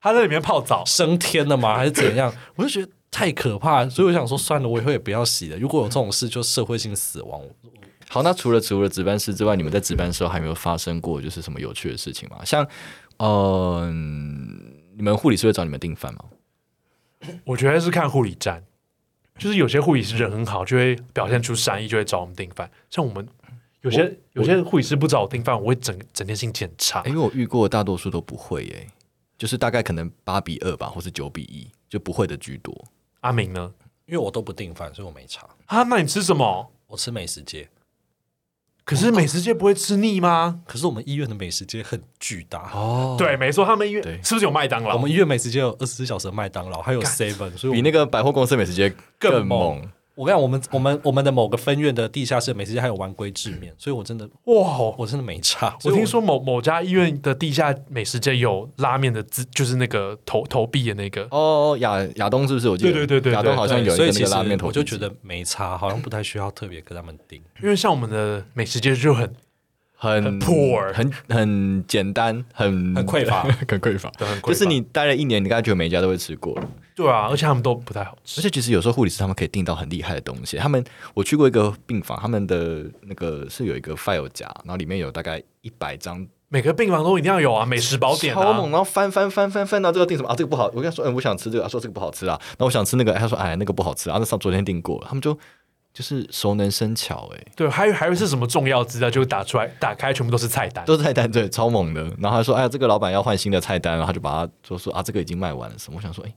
B: 他在里面泡澡，
A: 升天了吗，还是怎样？我就觉得太可怕了，所以我想说算了，我以后也不要洗了。如果有这种事，就社会性死亡。
C: 好，那除了除了值班室之外，你们在值班的时候还没有发生过就是什么有趣的事情吗？像呃，嗯你们护理师会找你们订饭吗？
B: 我觉得是看护理站。就是有些护理师人很好，就会表现出善意，就会找我们订饭。像我们有些有些护理师不找我订饭，我会整整天心情很差。
C: 因为我遇过大多数都不会耶、就是大概可能八比二吧，或是九比一，就不会的居多。
B: 阿明呢？
A: 因为我都不订饭，所以我没查。
B: 啊，那你吃什么？
A: 我吃美食街，
B: 可是美食街不会吃腻吗？
A: 可是我们医院的美食街很巨大，
C: 哦，
B: 对，没错，他们医院
C: 对
B: 是不是有麦当劳？
A: 我们医院美食街有二十四小时的麦当劳，还有 Seven，所以我们
C: 比那个百货公司美食街更
A: 更
C: 猛。
A: 我跟你讲，我们我们我们的某个分院的地下室美食街还有玩龟制面，所以我真的
B: 哇，哦
A: 我真的没差。所
B: 我
A: 以
B: 听说某某家医院的地下美食街有拉面的资，就是那个投投币的那个。
C: 哦，亚亚东是不是？我记得
B: 对对对对
C: 亚东好像有一
A: 所
C: 个
A: 以
C: 那
A: 其
C: 个
A: 实
C: 拉面头，
A: 我就觉得没差，好像不太需要特别跟他们订。
B: 因为像我们的美食街就很
C: 很
B: 很 poor
C: 很很简单，很
A: 很匮乏
C: <laughs> 很匮乏。
B: 都很贵
C: 就
B: 吧
C: 是你待了一年，你大概觉得每一家都会吃过了。
B: 对啊，而且他们都不太好
C: 而
B: 吃。
C: 且其实有时候护理师他们可以订到很厉害的东西。他们我去过一个病房，他们的那个是有一个 file 夹，然后里面有大概一百张
B: 每个病房都一定要有啊，美食宝典
C: 超猛，
B: 啊。
C: 然后翻翻翻翻翻到这个订什么啊？这个不好，我跟他说，嗯，我想吃这个，他说这个不好吃啊。那我想吃那个，他说哎那个不好吃啊。那上昨天订过了，他们就就是熟能生巧哎、
B: 对，还有还有是什么重要资料就打出来，打开全部都是菜单。
C: 都是菜单对，超猛的。然后他说：“哎呀，这个老板要换新的菜单。”然后他就把它说说啊，这个已经卖完了什么？我想说，哎，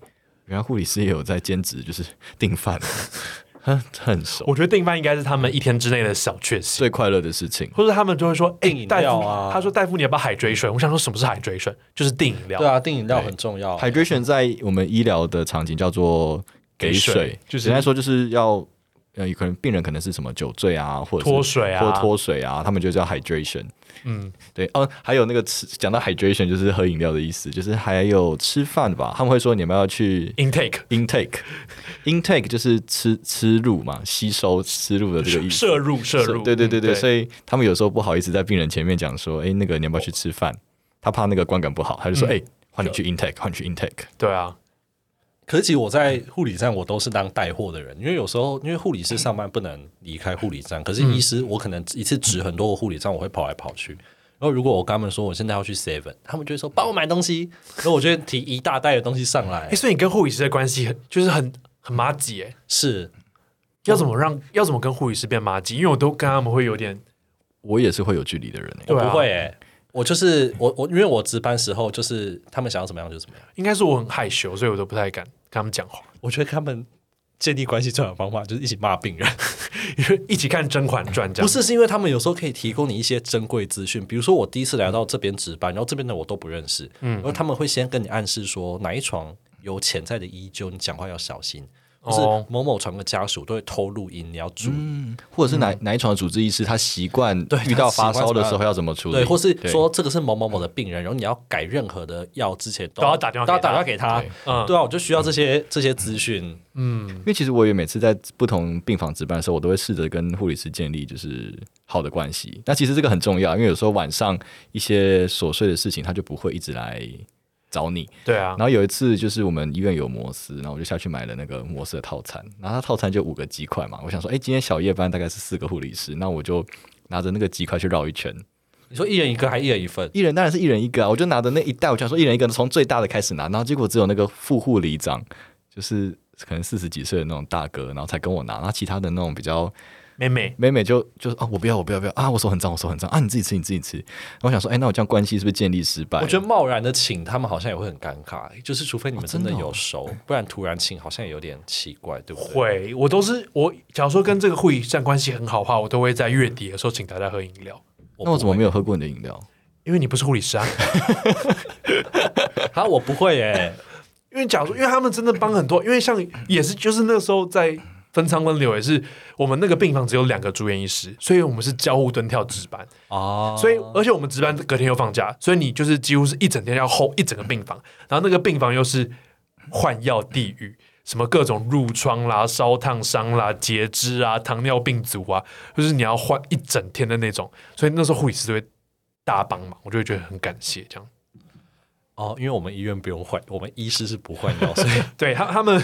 C: 原来护理师也有在兼职，就是订饭，
B: <laughs>
C: 很很熟，
B: 我觉得订饭应该是他们一天之内的小确幸，
C: 最快乐的事情。
B: 或者他们就会说：“哎、
A: 订饮
B: 大
A: 料
B: 夫，
A: 啊
B: 他说大夫你要不要海追水？”我想说什么是海追水？就是订饮料，
A: 对啊，订饮料很重要。
C: Hydration 在我们医疗的场景叫做给
B: 给水
C: 水，
B: 就是
C: 简单说就是要。呃，有可能病人可能是什么酒醉啊，或者是
B: 脱水啊
C: 或脱水啊，他们就叫 hydration。
B: 嗯，
C: 对，哦，还有那个吃，讲到 hydration 就是喝饮料的意思，就是还有吃饭吧，他们会说你们要去
B: intake
C: intake <laughs> intake 就是吃吃入嘛，吸收吃入的这个意思。
B: 摄入摄入，
C: 对对对对，
B: 嗯
C: 所以他们有时候不好意思在病人前面讲说，哎，那个你要不要去吃饭？他怕那个观感不好，他就说，
B: 嗯
C: 哎，换你去 intake，换你去 intake。
B: 对啊，
A: 可是其实我在护理站，我都是当带货的人，因为有时候因为护理师上班不能离开护理站，可是医师我可能一次值很多个护理站，我会跑来跑去。然后如果我跟他们说我现在要去 Seven，他们就会说帮我买东西，然后我就会提一大袋的东西上来
B: 哎、。所以你跟护理师的关系很就是很很妈吉哎，
A: 是，
B: 要怎么让要怎么跟护理师变妈吉？因为我都跟他们会有点
C: 我也是会有距离的人
A: 我
C: 诶，
B: 对啊
A: 不会诶、我就是我我，因为我值班时候就是他们想要怎么样就怎么样。
B: 应该是我很害羞，所以我都不太敢跟他们讲话。
A: 我觉得他们建立关系最好的方法就是一起骂病人，
B: 因为一起看《甄嬛传》这样，
A: 不是是因为他们有时候可以提供你一些珍贵资讯，比如说我第一次来到这边值班，然后这边的我都不认识，嗯，然后他们会先跟你暗示说哪一床有潜在的医纠，你讲话要小心，或
B: 哦
A: 是某某床的家属都会偷录音，你要注意。
C: 或者是哪哪一床的主治医师他习惯
A: 对
C: 遇到
A: 他习
C: 发
A: 惯
C: 烧的
A: 怎么
C: 时候要怎么处理，
A: 对，或是说这个是某某某的病人，然后你要改任何的药之前都
B: 都要打电话
A: 都要
B: 给他
A: 打电话给他
C: 对，
B: 嗯
A: 对啊，我就需要这些这些资讯，
B: 嗯，
C: 因为其实我也每次在不同病房值班的时候，我都会试着跟护理师建立就是好的关系。那其实这个很重要，因为有时候晚上一些琐碎的事情，他就不会一直来找你。
B: 对啊
C: 然，后有一次就是我们医院有摩斯，然后我就下去买了那个摩斯的套餐，然后它套餐就五个鸡块嘛。我想说，哎，今天小夜班大概是四个护理师，那我就拿着那个鸡块去绕一圈，
A: 你说一人一个还一人一份，
C: 一人当然是一人一个啊，我就拿着那一袋，我想说一人一个，从最大的开始拿，然后结果只有那个副护理长，就是可能四十几岁的那种大哥，然后才跟我拿，然后其他的那种比较
B: 妹妹，
C: 妹妹就就是啊，我不要，我不要，不要啊，我手很脏，我手很脏啊，你自己吃，你自己吃。然后我想说，哎、那我这样关系是不是建立失败了？
A: 我觉得贸然的请他们好像也会很尴尬，就是除非你们啊真的
C: 真的哦
A: 有熟，不然突然请好像有点奇怪，对不对？
B: 会，我都是我，假如说跟这个护理站关系很好的话，我都会在月底的时候请大家喝饮料，
A: 我
C: 那我怎么没
A: 有？
C: 有喝过你的饮料？
B: 因为你不是护理师啊，
A: 啊，我不会 <laughs> 耶，
B: 因为假如说，因为他们真的帮很多，因为像也是就是那时候在分仓分流也是，我们那个病房只有两个住院医师，所以我们是交互蹲跳值班，
A: 哦，
B: 所以而且我们值班隔天又放假，所以你就是几乎是一整天要 hold 一整个病房，然后那个病房又是换药地狱，什么各种褥疮啦、烧烫伤啦、截肢啊、糖尿病足啊，就是你要换一整天的那种，所以那时候护理师都会大帮忙，我就会觉得很感谢这样。
A: 哦，因为我们医院不用换，我们医师是不换药，所以
B: 对他他们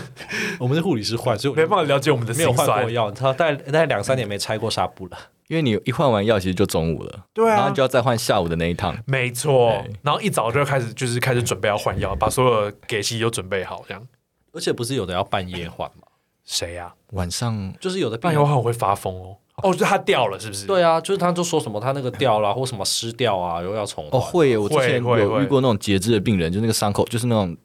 A: 我们是护理师换，所以我
B: 没
A: 就
B: 办法了解我们的
A: 没
B: 心
A: 有换
B: 酸
A: 过，药，他大概大概两三年没拆过纱布了。
C: 因为你一换完药，其实就中午了，
B: 对啊
C: 然后你就要再换下午的那一趟。
B: 没错
C: 对，
B: 然后一早就开始就是开始准备要换药，把所有的给息都准备好，这样
A: <laughs> 而且不是有的要半夜换嘛，
B: 谁呀、
C: 晚上
A: 就是有的
B: 不
A: 病
B: 然
A: 人
B: 我好像会发疯哦。哦，就他掉了，是不是？，
A: 对啊，就是他就说什么他那个掉啦，或什么湿掉啊，然后要重
C: 哦
A: 换。
C: 会耶，我之
B: 会
C: 前
B: 会
C: 有
B: 会
C: 遇过那种截肢的病人，就那个伤口就是那种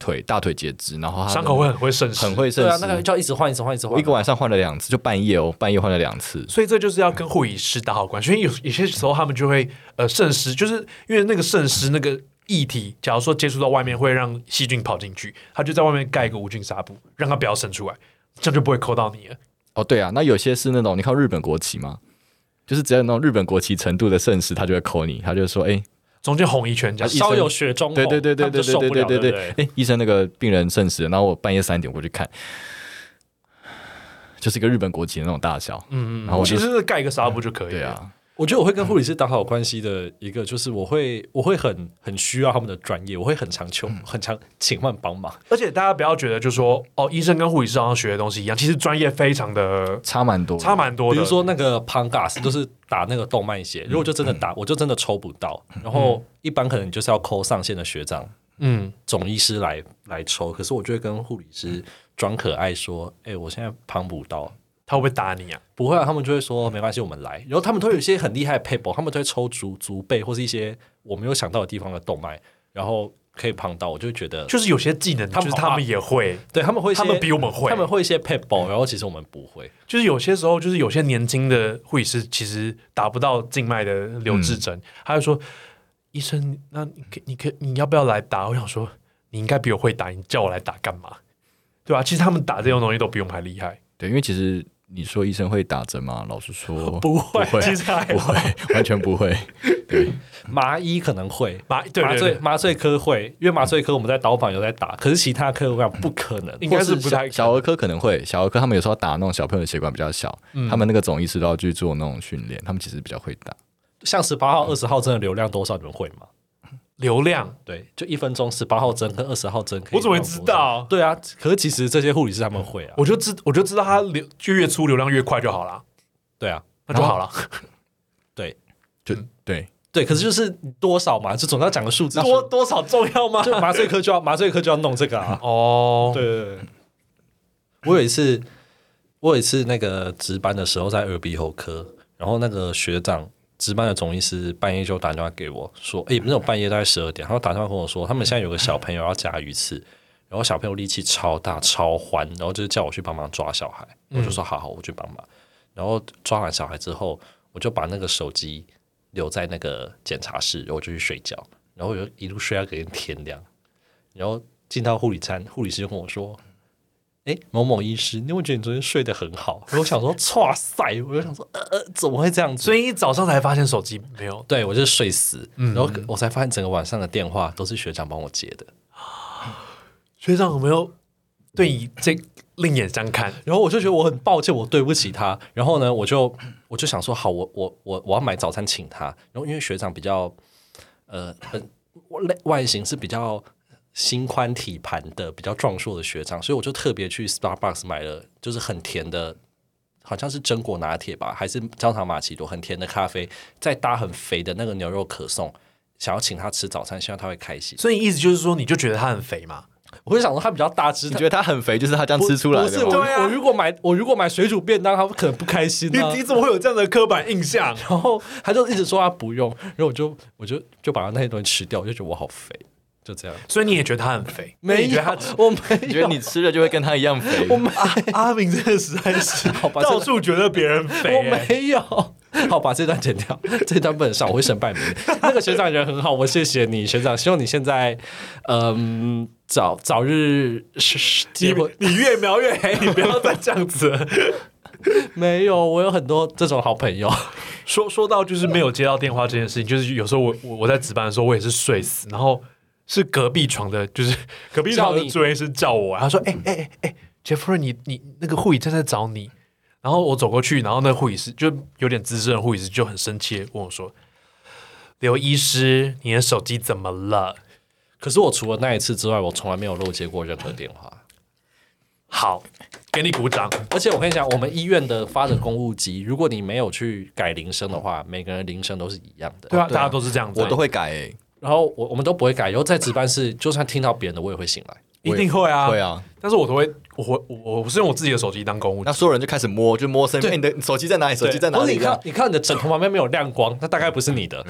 C: 腿大腿截肢，然后他的
B: 伤口会很会渗湿，
C: 很。会渗
A: 对啊，
C: 湿
A: 那个就要一直换，一直换，一直换
C: 我
A: 啊。
C: 一个晚上换了两次，就半夜哦，半夜换了两次。
B: 所以这就是要跟护理师打好关系，因为有有些时候他们就会呃渗湿，就是因为那个渗湿那个液体，假如说接触到外面会让细菌跑进去，他就在外面盖一个无菌纱布，让它不要渗出来，这样就不会抠到你了。
C: 哦，对啊，那有些是那种你看过日本国旗吗？就是只要有那种日本国旗程度的盛世，他就会扣你，他就说：“哎、
B: 中间红一圈这样，
A: 稍有雪中红，
C: 对对对
A: 他
C: 对
A: 们
C: 对 <laughs> 哦
A: 就受
C: 对
A: 不了
C: 对对
A: 对
C: 对
A: 不，
C: 哎，医生那个病人盛世，然后我半夜三点过去看，就是一个日本国旗的那种大小，嗯嗯，然后我
B: 其
C: 就
B: 实是盖一个纱布就可以了。
C: 对啊，
A: 我觉得我会跟护理师打好关系的一个，就是我会我会很很需要他们的专业，我会很常求，很常请他们帮忙。
B: 而且大家不要觉得就说哦，医生跟护理师好像学的东西一样，其实专业非常的
C: 差蛮多的，
B: 差蛮多的。
A: 比如说那个 Pangas 就是打那个动脉血，如果就真的打，我就真的抽不到。然后一般可能你就是要抠上线的学长、
B: 嗯，
A: 总医师来来抽，可是我就会跟护理师装可爱说：“哎、我现在帮不到。”
B: 他会不会打你啊？
A: 不会啊，他们就会说没关系，我们来。然后他们都有一些很厉害的 paper，他们都会抽足足背或是一些我没有想到的地方的动脉，然后可以碰到。我就会觉得，
B: 就是有些技能，
A: 他
B: 就
A: 们
B: 是
A: 好
B: 他
A: 啊
B: 们也会，
A: 对他们会一些，
B: 他们比我们会
A: 他们会一些 paper，然后其实我们不会。
B: 就是有些时候，就是有些年轻的护理师其实达不到静脉的留置针，他就说：“医生，那你可你可你要不要来打？”我想说，你应该比我会打，你叫我来打干嘛？对吧、其实他们打这种东西都比我们还厉害，
C: 对，因为其实你说医生会打针吗？老实说，
B: <laughs> 不会
C: 不会
B: 其实还
C: 不会，完全不会。对，
A: 麻医可能会，
B: 麻对
A: 麻
B: 对
A: 醉
B: 对，
A: 麻醉科会，因为麻醉科我们在刀房有在打，可是其他科我想不可能。
B: 应该是 <laughs>
C: 或
B: 不太
C: 小小儿科可能会，小儿科他们有时候打那种小朋友的血管比较小，
B: 嗯
C: 他们那个总医师都要去做那种训练，他们其实比较会打。
A: 像十八号、二十号针的流量多少，你们会吗？
B: 流量
A: 对，就一分钟十八号针跟二十号针，
B: 我怎么会知？道？
A: 对啊，可是其实这些护理师他们会啊，
B: 我就知我就知道他流就越粗流量越快就好了，
A: 对啊，
B: 那就好了。
A: 对
C: 就、
B: 嗯
C: 对，
A: 对，可是就是多少嘛，就总要讲个数字，啊
B: 多多少重要吗？
A: 就麻醉科就要麻醉科就要弄这个啊。
B: 哦，
A: 对对对，我有一次，我有一次那个值班的时候在耳鼻喉科，然后那个学长值班的总医师半夜就打电话给我说，哎、那种半夜大概十二点，然后打电话跟我说，他们现在有个小朋友要加鱼刺，然后小朋友力气超大超欢，然后就是叫我去帮忙抓小孩，我就说好好，我去帮忙。然后抓完小孩之后，我就把那个手机留在那个检查室，然后我就去睡觉，然后我就一路睡到隔天天亮，然后进到护理站，护理师就跟我说：“哎，某某医师，你有没有觉得你昨天睡得很好？”然后我想说：“哇塞！”我就想说：“呃呃，怎么会这样子
B: 所以一嗯早上才发现手机没有？”，
A: 对，我就睡死，然后我才发现整个晚上的电话都是学长帮我接的，
B: 学长有没有对你这另眼相看？
A: 然后我就觉得我很抱歉，我对不起他。然后呢，我就我就想说，好，我我我我要买早餐请他。然后因为学长比较呃很外外形是比较心宽体盘的，比较壮硕的学长，所以我就特别去 Starbucks 买了，就是很甜的。好像是榛果拿铁吧，还是焦糖玛奇朵，很甜的咖啡，再搭很肥的那个牛肉可颂，想要请他吃早餐，希望他会开心。
B: 所以意思就是说，你就觉得他很肥嘛？
A: 我会想说他比较大只，
C: 你
A: 他
C: 觉得他很肥，就是他这样吃出来
A: 不是
C: 的
A: 我，
C: 吗？
A: 我如果买我如果买水煮便当，他可能不开心、啊。
B: 怎么会有这样的刻板印象？
A: 然后他就一直说他不用，然后我就我就就把他那些东西吃掉，我就觉得我好肥，就这样。
B: 所以你也觉得他很肥？
A: 没
B: 你
A: 有
B: 觉得他，
A: 我没
C: 你觉得你吃了就会跟他一样肥？
B: <laughs> 阿明真的实在 <laughs> 是
A: 吧
B: 到处觉得别人
A: 我
B: 肥、欸。
A: 没有。好，把这段剪掉，这段不能上，我会身败名裂。那个学长人很好，我谢谢你，学长。希望你现在，嗯，早早日是是
B: 你
A: 结婚。
B: 你越描越黑，你不要再这样子了。
A: 没有，我有很多这种好朋友。
B: 说说到就是没有接到电话这件事情，就是有时候我我我在值班的时候，我也是睡死，然后是隔壁床的，就是隔壁床
A: 叫
B: 的
A: 你
B: 住院医师叫我，他说：“哎哎哎哎，杰夫人，你你那个护理正在找你。”然后我走过去，然后那个护理师就有点资深的护理师就很生气地问我说：“刘医师，你的手机怎么了？
A: 可是我除了那一次之外，我从来没有漏接过任何电话。
B: 好，给你鼓掌。
A: 而且我跟你讲，我们医院的发的公务机，如果你没有去改铃声的话，每个人铃声都是一样的。
B: 对啊，
C: 对啊
B: 大家都是这样子。
C: 我都会改、欸，
A: 然后我我们都不会改，然后在值班室，就算听到别人的，我也会醒来。
B: 一定会啊，
C: 会。啊，
B: 但是我都会，我会我我是用我自己的手机当公务机
C: 那，所有人就开始摸，就摸身边，
B: 对
C: 哎你的手机在哪里？手机在哪
A: 或者
C: 里？啊
A: 你
C: 这样
A: 看，你看你的枕头旁边没有亮光，那大概不是你的。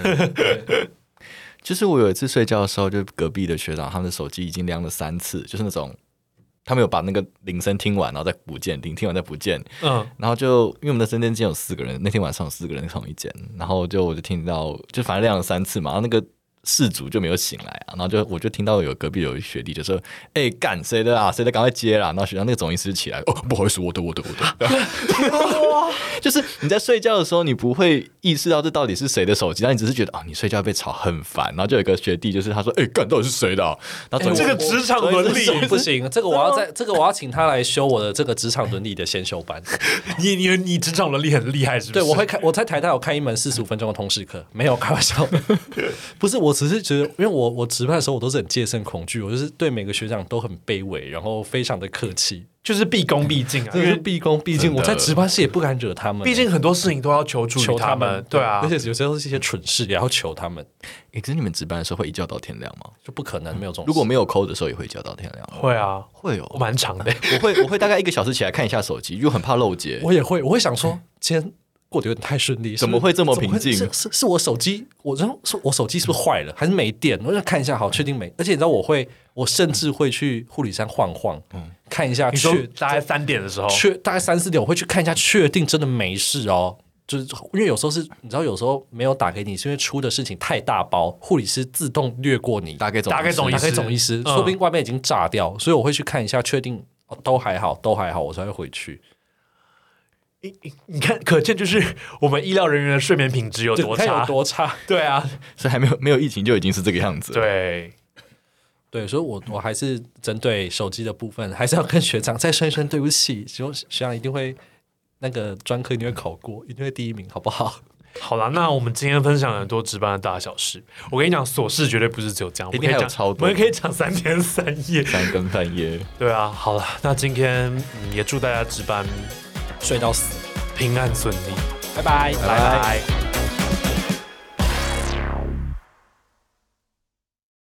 C: 就是我有一次睡觉的时候，就隔壁的学长他们的手机已经亮了三次，就是那种他们有把那个铃声听完，然后再不见，铃听完再不见，
B: 嗯，
C: 然后就因为我们的身间间有四个人，那天晚上有四个人同一间，然后就我就听到，就反正亮了三次嘛，然后那个事主就没有醒来啊，然后就我就听到有隔壁有一学弟就说：“哎、干谁的啊？谁的赶快接啦！”然后学长那个总医师起来，哦，不好意思，我的我的 <laughs> 我的，就是你在睡觉的时候，你不会意识到这到底是谁的手机，但你只是觉得啊、你睡觉被吵很烦，然后就有一个学弟就是他说：“哎、干到底是谁的、啊？”啊然后总医
B: 这
C: 师
B: 个职场伦
A: 不
B: 理，
A: 行不行，这个我要在这个我要请他来修我的这个职场伦理的先修班。
B: 你你你职场伦理很厉害，是不
A: 对，
B: 是？
A: 我会看我在台大有看一门四十五分钟的通识课，没有开玩笑，不是，我只是觉得，因为我我值班的时候我都是很戒慎恐惧，我就是对每个学长都很卑微，然后非常的客气，
B: 就是毕恭毕敬啊，因
A: 因为
B: 为
A: 毕恭毕敬，
C: 真的
A: 我在值班室也不敢惹他们，
B: 毕竟很多事情都要求助
A: 求
B: 于
A: 他
B: 们，对啊
A: 而，且有时候是一些蠢事也要求他们，
C: 哎，可是你们值班的时候会一觉到天亮吗？
A: 就不可能没有这种事。
C: 如果没有抠的时候也会一觉到天亮吗？
B: 会啊，
C: 会哦
B: 我，蛮长的，
C: 我会我会大概一个小时起来看一下手机，因为我很怕漏接。
A: 我也会，我会想说，今天过得有点太顺利，是
C: 怎么
A: 不是
C: 会这么
A: 怎会
C: 平静
A: 是是是我手机，我然后是我手机是不是坏了，还是没电？我就看一下，好，确定没。而且你知道，我会，我甚至会去护理山晃晃，看一下
B: 嗯你说
A: 确
B: 大概三点的时候，
A: 确大概三四点，我会去看一下，确定真的没事哦。就是因为有时候是你知道，有时候没有打给你，是因为出的事情太大包，护理师自动略过你，
C: 大概总
B: 大概总
A: 打
B: 医
A: 开
B: 师
A: 总医师，
B: 嗯
A: 说不定外面已经炸掉，所以我会去看一下，确定、哦都还好，都还好，我才会回去。
B: 你你你看，可见就是我们医疗人员的睡眠品质有
A: 对
B: 多
A: 看有
B: 差，
A: 多差？
B: 对啊，
C: 所以还没有没有疫情就已经是这个样子。，
B: 对，
A: 对，所以我我还是针对手机的部分，还是要跟学长再说一声对不起，希望学长一定会那个专科一定会考过，一定会第一名，好不好？
B: 好啦，那我们今天分享了很多值班的大小事。我跟你讲，琐事绝对不是只有这样，
C: 一定还有
B: 我们可以讲
C: 超多
B: 我们可以讲三天三夜。
C: 三更半夜，
B: 对啊，好了，那今天、嗯也祝大家值班
A: 睡到死，
B: 平安顺利，
A: 拜拜，
B: 拜拜